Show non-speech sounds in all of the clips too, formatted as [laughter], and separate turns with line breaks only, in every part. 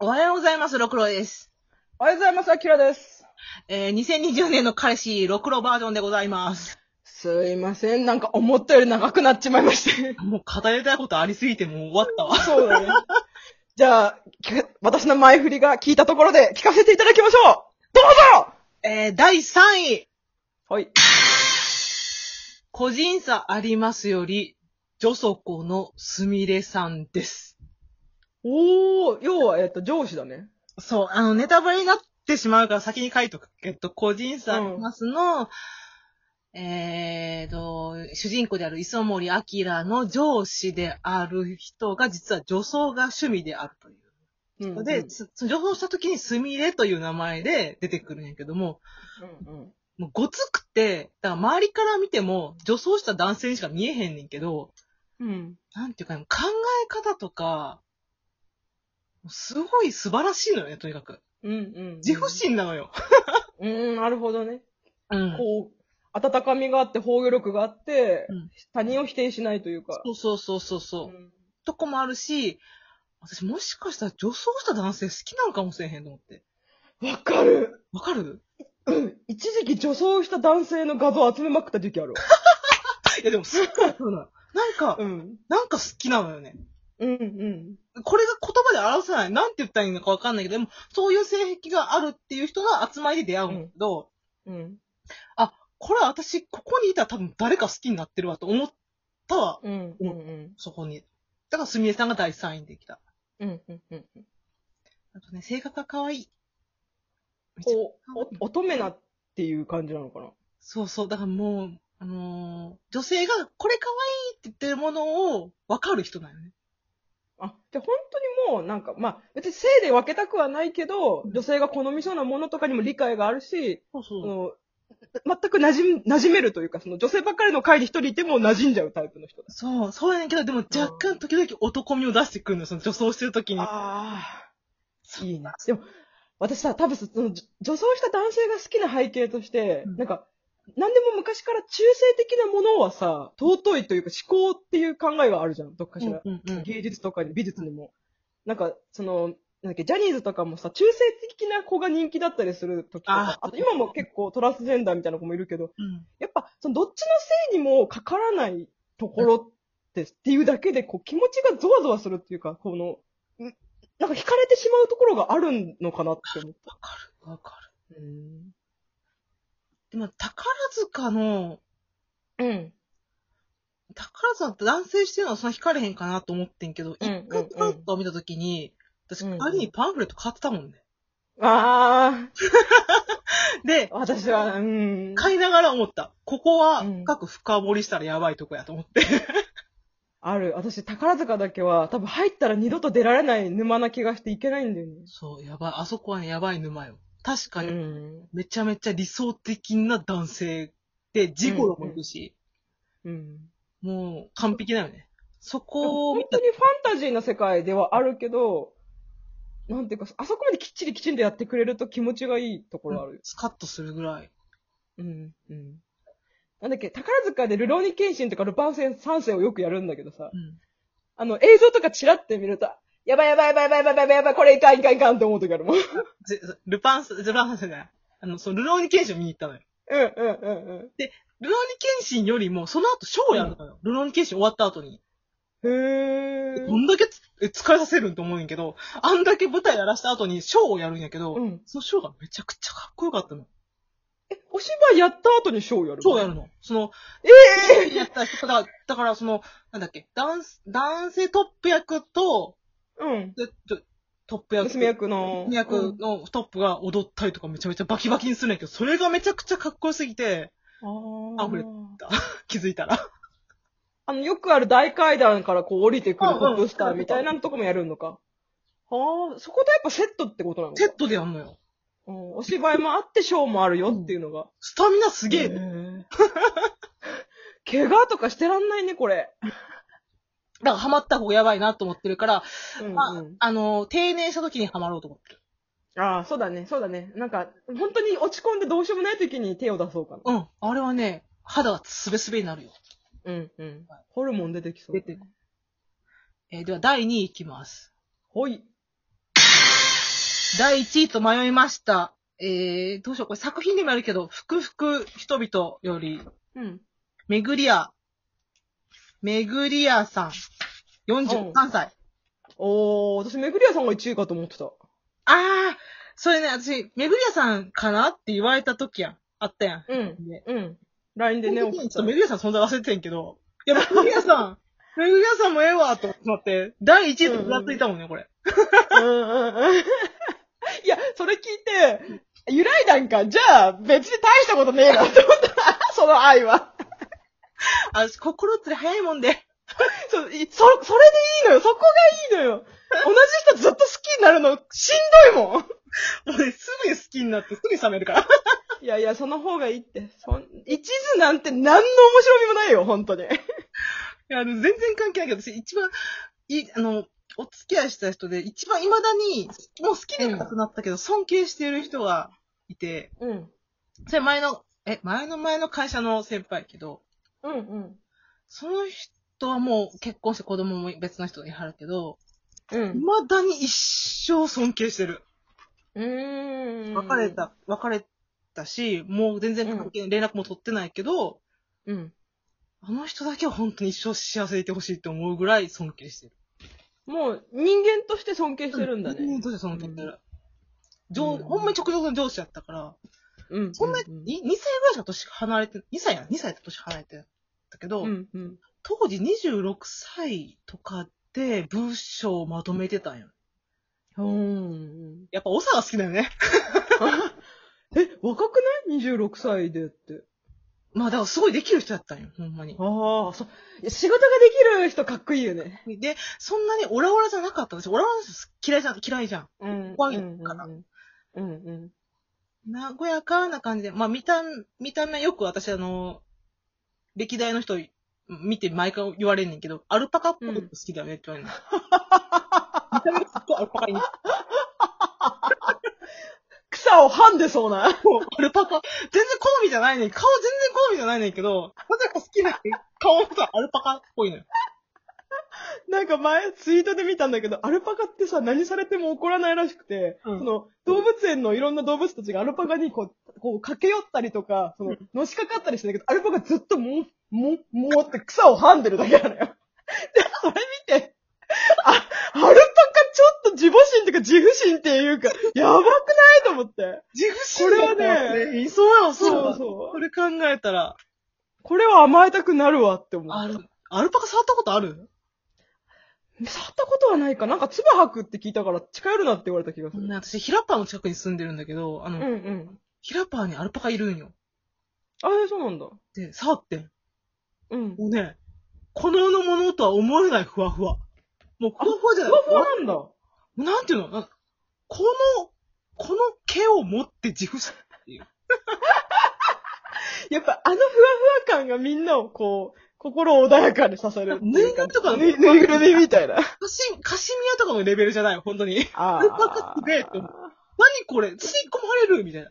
おはようございます、ろくろです。
おはようございます、アキラです。
えー、2020年の彼氏、ろくろバージョンでございます。
すいません、なんか思ったより長くなっちまいまして。
もう語りたいことありすぎてもう終わったわ。
そうだね。 [laughs] じゃあ、聞か私の前振りが聞いたところで聞かせていただきましょうどうぞ
えー、第3位、
はい。
個人差ありますより、女祖子のすみれさんです。
おー、要は、えっ、と、上司だね。
そう、あの、ネタバレになってしまうから先に書いとく。えっと、個人差ありますの、えーと、主人公である磯森明の上司である人が、実は女装が趣味であるという。
うんうん、
で、そその情報した時にスミレという名前で出てくるんやけども、
うんうん、
もうごつくて、だから周りから見ても女装した男性にしか見えへんねんけど、
うん。
なんていうかね、考え方とか、すごい素晴らしいのよね、とにかく。
うんうん。
自負。心なのよ。
うん、なるほどね。
うん
こう、温かみがあって、包容力があって、
うん
他人を否定しないというか。
そうそうそうそうそう。
ん
とこもあるし、私もしかしたら女装した男性好きなのかもしれへんと思って。
わかる。
わかる
うん。一時期女装した男性の画像集めまくった時期あるわ。
[laughs] いやでもすっごいそうなの。なんか、
うん。
なんか好きなのよね。
うんうん。
これが言葉で表せない。なんて言ったらいいのかわかんないけど、でも、そういう性癖があるっていう人の集まりで出会うんだけど、
うん。
これは私、ここにいたら多分誰か好きになってるわと思ったわ、
うん。
うん
ん。
そこに。だから、すみれさんが第3位にできた。
うん。うん。
あとね、性格が可愛い。めちゃ
こう、お乙女なっていう感じなのかな。
そうそう。だからもう、あのー女性が、これ可愛いって言ってるものを分かる人だよね。
あ、じゃあ本当にもう、なんか、まあ、別に性で分けたくはないけど、
うん
女性が好みそうなものとかにも理解があるし、
そうそ
その全く馴染み馴染めるというか、その女性ばっかりの会に一人いても馴染んじゃうタイプの人だ。
そう、そうやねんけど、でも若干時々男味を出してくるのよ、その女装してる時に。
ああ。いいね。でも、私さ、多分その、女女装した男性が好きな背景として、
うん
なんか、何でも昔から中性的なものはさ、尊いというか思考っていう考えがあるじゃん、どっかしら。
うんうんうん
芸術とかに美術にも。なんか、その、なんだっけ、ジャニーズとかもさ、中性的な子が人気だったりする時とか、
あー
あと今も結構トランスジェンダーみたいな子もいるけど、
うん
やっぱ、そのどっちのせいにもかからないところって、っていうだけで、こう、気持ちがゾワゾワするっていうか、この、んなんか惹かれてしまうところがあるのかなって思っ
わかる、わかる。
た。うん。
でも、宝塚の、
うん。
宝塚って男性してるのはそんな惹かれへんかなと思ってんけど、
うんうんうん
一回宝塚を見たときに、私、
うんうん
帰りにパンフレット買ってたもんね。
あ
で
あ、、私は、うん。
買いながら思った。ここは
うん
深く深掘りしたらやばいとこやと思って。
ある。私、宝塚だけは、多分入ったら二度と出られない沼な気がしていけないんだよね。
そう、やばい。あそこはやばい沼よ。確か
う
に、
ん。
めちゃめちゃ理想的な男性で、ジゴロもいるし、
うん。
もう完璧だよね。そこを
本
見た
当にファンタジーな世界ではあるけど、なんていうか、あそこまできっちりきちんとやってくれると気持ちがいいところある。
スカッとするぐらい。
うん。うん。なんだっけ、宝塚でルローニケンシンとかルパン三世をよくやるんだけどさ、
うん。
あの、映像とかチラって見ると、やばいやばいやばいやばいやばいやばいやばい、これいかんいかんいかんって思う時あるもん。うん
ぜルパンス、ルパンスじゃない。あの、そのルローニケンション見に行ったのよ。
うんうん
ルローニケンシンよりも、その後、ショーやるのよ。ルローニケンシン終わった後に。
うん。へー
どんだけつえ疲れさせるんと思うんやけど、あんだけ舞台やらした後にショーをやるんやけど、
うん。
そのショーがめちゃくちゃかっこよかったの。
お芝居やった後にショーやる
ショーやるの。その、
ええ
やった人が、だからその、なんだっけ、男、男性トップ役と、
うん。
でとトップ役。
娘役の。
娘役のトップが踊ったりとかめちゃめちゃバキバキにするんやけど、それがめちゃくちゃかっこよすぎて、
うん。
あ
あ
溢れて
あ。
気づいたら。
あの、よくある大階段からこう降りてくる
うん
ポップスターみたいなとこもやるのか。はあ、そことやっぱセットってことなの
セ
か
ッ、トでやんのよ。
うん、お芝居もあってショーもあるよっていうのが。
スタミナすげえ。
へえ [laughs] 怪我とかしてらんないね、これ。
だからハマった方がやばいなと思ってるから、
うんうん
まあ、あの、定年した時にハマろうと思ってる。
ああ、そうだね、そうだね。なんか、本当に落ち込んでどうしようもない時に手を出そうかな。
うん。あれはね、肌がすべすべになるよ。
うんうん。ホルモン出てきそう。
出てくる。えーでは第2位いきます。
ほい。
第1位と迷いました。えー、どうしよう。これ作品でもあるけど、ふくふく人々より、
うん。
めぐりや、めぐりやさん、43歳。
おー、私、めぐりやさんが1位かと思ってた。
あー、それね、私、めぐりやさんかなって言われた時やん。あったやん。
うん。
で、
うん。LINE でね、
その時
送
に
っ
ちょ
た
っと。めぐりやさん存在忘れてんけど、いや、めぐりやさん、めぐりやさんもええわ、と思って、第1位と裏ついたもんね、これ。
うんうんうん。いや、それ聞いて、由来なんか、じゃあ、別に大したことねえなって思った。 [laughs] その愛は。
あ、心って早いもんで。
そう、いそ、それでいいのよ。そこがいいのよ。同じ人ずっと好きになるのしんどいもん。
もうねすぐ好きになって、すぐ冷めるから。
いやいや、その方がいいって。そん一途なんて何の面白みもないよ、本当に。
いや、あの全然関係ないけど、私一番、い、あの、お付き合いした人で、一番未だに、もう好きでなくなったけど、尊敬している人がいて、
うん。
それ前の、え、前の前の会社の先輩やけど、
うんうん。
その人はもう結婚して子供も別の人がいはるけど、
うん。
未だに一生尊敬してる。
うーん
別れ。た、別れたし、もう全然関係ない、連絡も取ってないけど、
うん。
あの人だけは本当に一生幸せでいてほしいって思うぐらい尊敬してる。
もう、人間として尊敬してるんだ
う
ね。
どうしてその結果が。上、
うん
ほんまに直属の上司やったから、
うん。
そんな、
う
に2歳ぐらいしか年離れて、2歳やん、2歳と年離れてたけど、
うんうん。
当時26歳とかで文章をまとめてたんよ。
うん。
やっぱ長が好きだよね。
[laughs] え、若くない ?26 歳でって。
まあだからすごいできる人やったんよ、ほんまに。
ああ、そう。いや仕事ができる人かっこいいよね。
で、そんなにオラオラじゃなかったんですよ。オラオラの人嫌いじゃん、嫌いじゃん。
うん
怖いから
うんうんうん。
和やかな感じで、まあ見た、見た目よく私あの、歴代の人見て毎回言われんねんけど、アルパカっぽいの好きだよねって言われるの。見た目がすっごいアルパカに似て
草をはんでそうな。
るアルパカ、全然好みじゃないねん。顔全然好みじゃないねんけど、なぜか好きな顔の人はアルパカっぽいのよ。
なんか前ツイートで見たんだけど、アルパカってさ、何されても怒らないらしくて、
うん
その動物園のいろんな動物たちがアルパカにこう、こう駆け寄ったりとか、その、のしかかったりしてんだけど、アルパカずっとも、も、もって草をはんでるだけなのよ。で、 [laughs] それ見て、あ、アルパカちょっと自母心とか自負心っていうか、やばくないと思って。
自負
心だったんですね、
いそうやわ、
そう
う。
そ
こ
う。
れ考えたら、
これは甘えたくなるわって思う。
アル、アルパカ触ったことある
触ったことはないか。なんか、唾吐くって聞いたから近寄るなって言われた気がする。
ね私、ヒラッパーの近くに住んでるんだけど、あ
う
の、
うん。
ヒラッパーにアルパカいるんよ。
あえそうなんだ。
で、触ってん。
うん。
もうね、この世のものとは思えないふわふわ。もうふわふわじゃな
ふ
い。
わふわなんだ。
なんていうのなんこの、この毛を持って自負し、
やっぱ、あのふわふわ感がみんなをこう、心を穏やかにさせるっていうか。
ぬいぐるみとか
ぬいぬいぐるみみたいな。
カシ、カシミヤとかのレベルじゃない、本当に。
あ
ーすげえと思何これ吸い込まれるみたいな。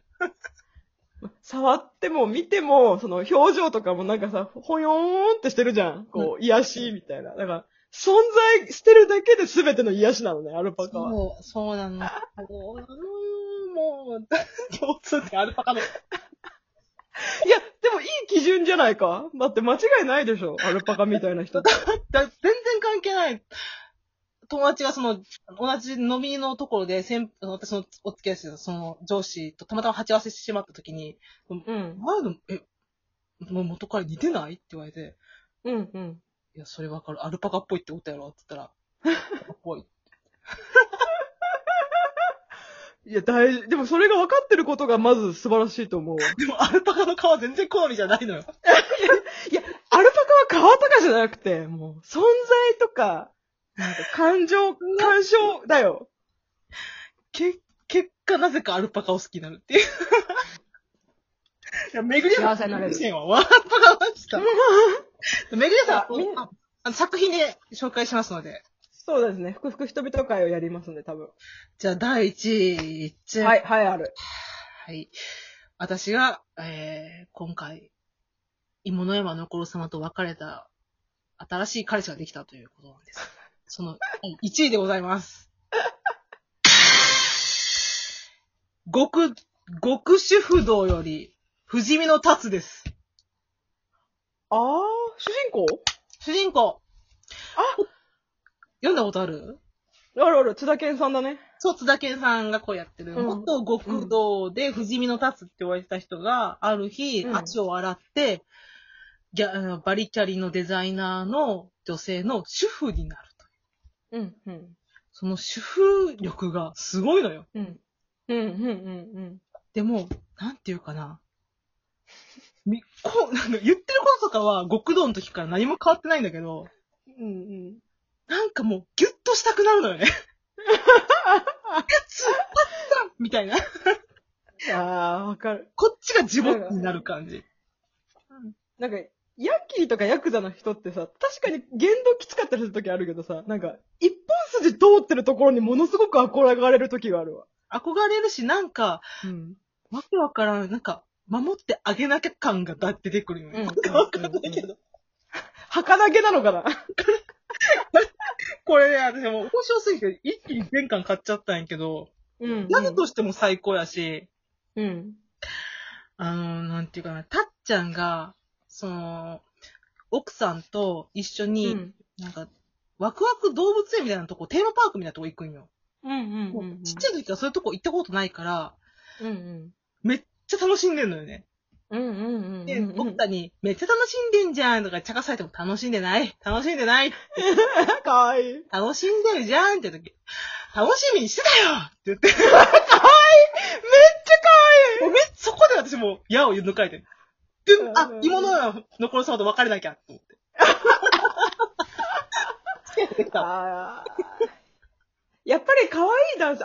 触っても見ても、その表情とかもなんかさ、ほよーんってしてるじゃん。こう、癒しみたいな。だから、存在してるだけで全ての癒しなのね、アルパカは。
そう、そうなの。もう、もう、共通点アルパ [laughs] カの。
いや、でもいい基準じゃないかだって間違いないでしょ、アルパカみたいな人って。
だ全然関係ない。友達がその、同じ飲みのところで、先私のお付き合いしてたその上司とたまたま鉢合わせしてしまった時に、
うん。
前の、え、もう元彼似てないって言われて、
うんうん。
いや、それわかる。アルパカっぽいってことやろって言ったら、アルパカっぽい。
いや、大事。でもそれが分かってることがまず素晴らしいと思うわ。
でも、アルパカの皮全然好みじゃないのよ。
アルパカは皮とかじゃなくて、もう、存在とか、なんか感情、感傷だよ。
け、結果、なぜかアルパカを好きになる
[laughs]
っていう。いや、めぐり
幸せになれる
自身は、アルパカが好
[laughs]
きだ。めぐりさ
いやみん
ん、ああの作品で紹介しますので。
そうですね。ふくふく人々会をやりますんで、多分。
じゃあ、第1位いっちゃう
はい、はい、ある。
はい。私が、えー、今回、芋の山のころ様と別れた、新しい彼氏ができたということなんです。その、1位でございます。 [laughs] 極、極主婦道より、不死身の達です。
あー、主人公
主人公。読んだことある
あるある、津田健さんだね。
そう、津田健さんがこうやってる。
うん
元極道で不死身の達って言われてた人が、ある日、
うん
足を洗って、ギャあのバリキャリのデザイナーの女性の主婦になると。
うん、うん。
その主婦力がすごいのよ。
うん。うん、うん、うん、
でも、なんていうかな。みこう、なんか言ってることとかは、極道の時から何も変わってないんだけど、
うん。うん、うん。
なんかもう、ギュッとしたくなるの
[laughs]
よね。つっみたいな。
あー、わかる。
こっちが自分になる感じ。
なんか、ヤンキーとかヤクザの人ってさ、確かに言動きつかったりする時あるけどさ、なんか、一本筋通ってるところにものすごく憧れる時があるわ。
憧れるし、なんか、
うん。
わけわからん、なんか、守ってあげなきゃ感が出てくるよね。
うん
なんかわかんないけど。
儚げなのかな
これね、私もう面白すぎて、一気に全巻買っちゃったんやけど、
[laughs] うん
何としても最高やし、
うん。
あの、なんていうかな、たっちゃんが、その、奥さんと一緒
う
に、
ん。
なんか、ワクワク動物園みたいなとこ、テーマパークみたいなとこ行くんよ。
うん
もうちっちゃい時からそういうとこ行ったことないから、
うんうん。
めっちゃ楽しんでんのよね。
うんうんうん。
で、僕たちに、めっちゃ楽しんでんじゃんとか、茶化されても楽しんでない。楽しんでない。
かわいい。
楽しんでるじゃんって時、楽しみにしてたよって言って。めっちゃ、そこで私もう、矢を抜かれて。で
うん、
あ、芋のよ、残り様と別れなきゃ、と思
[laughs]
って。つけてきたわ
ああ。やっぱり可愛い男性、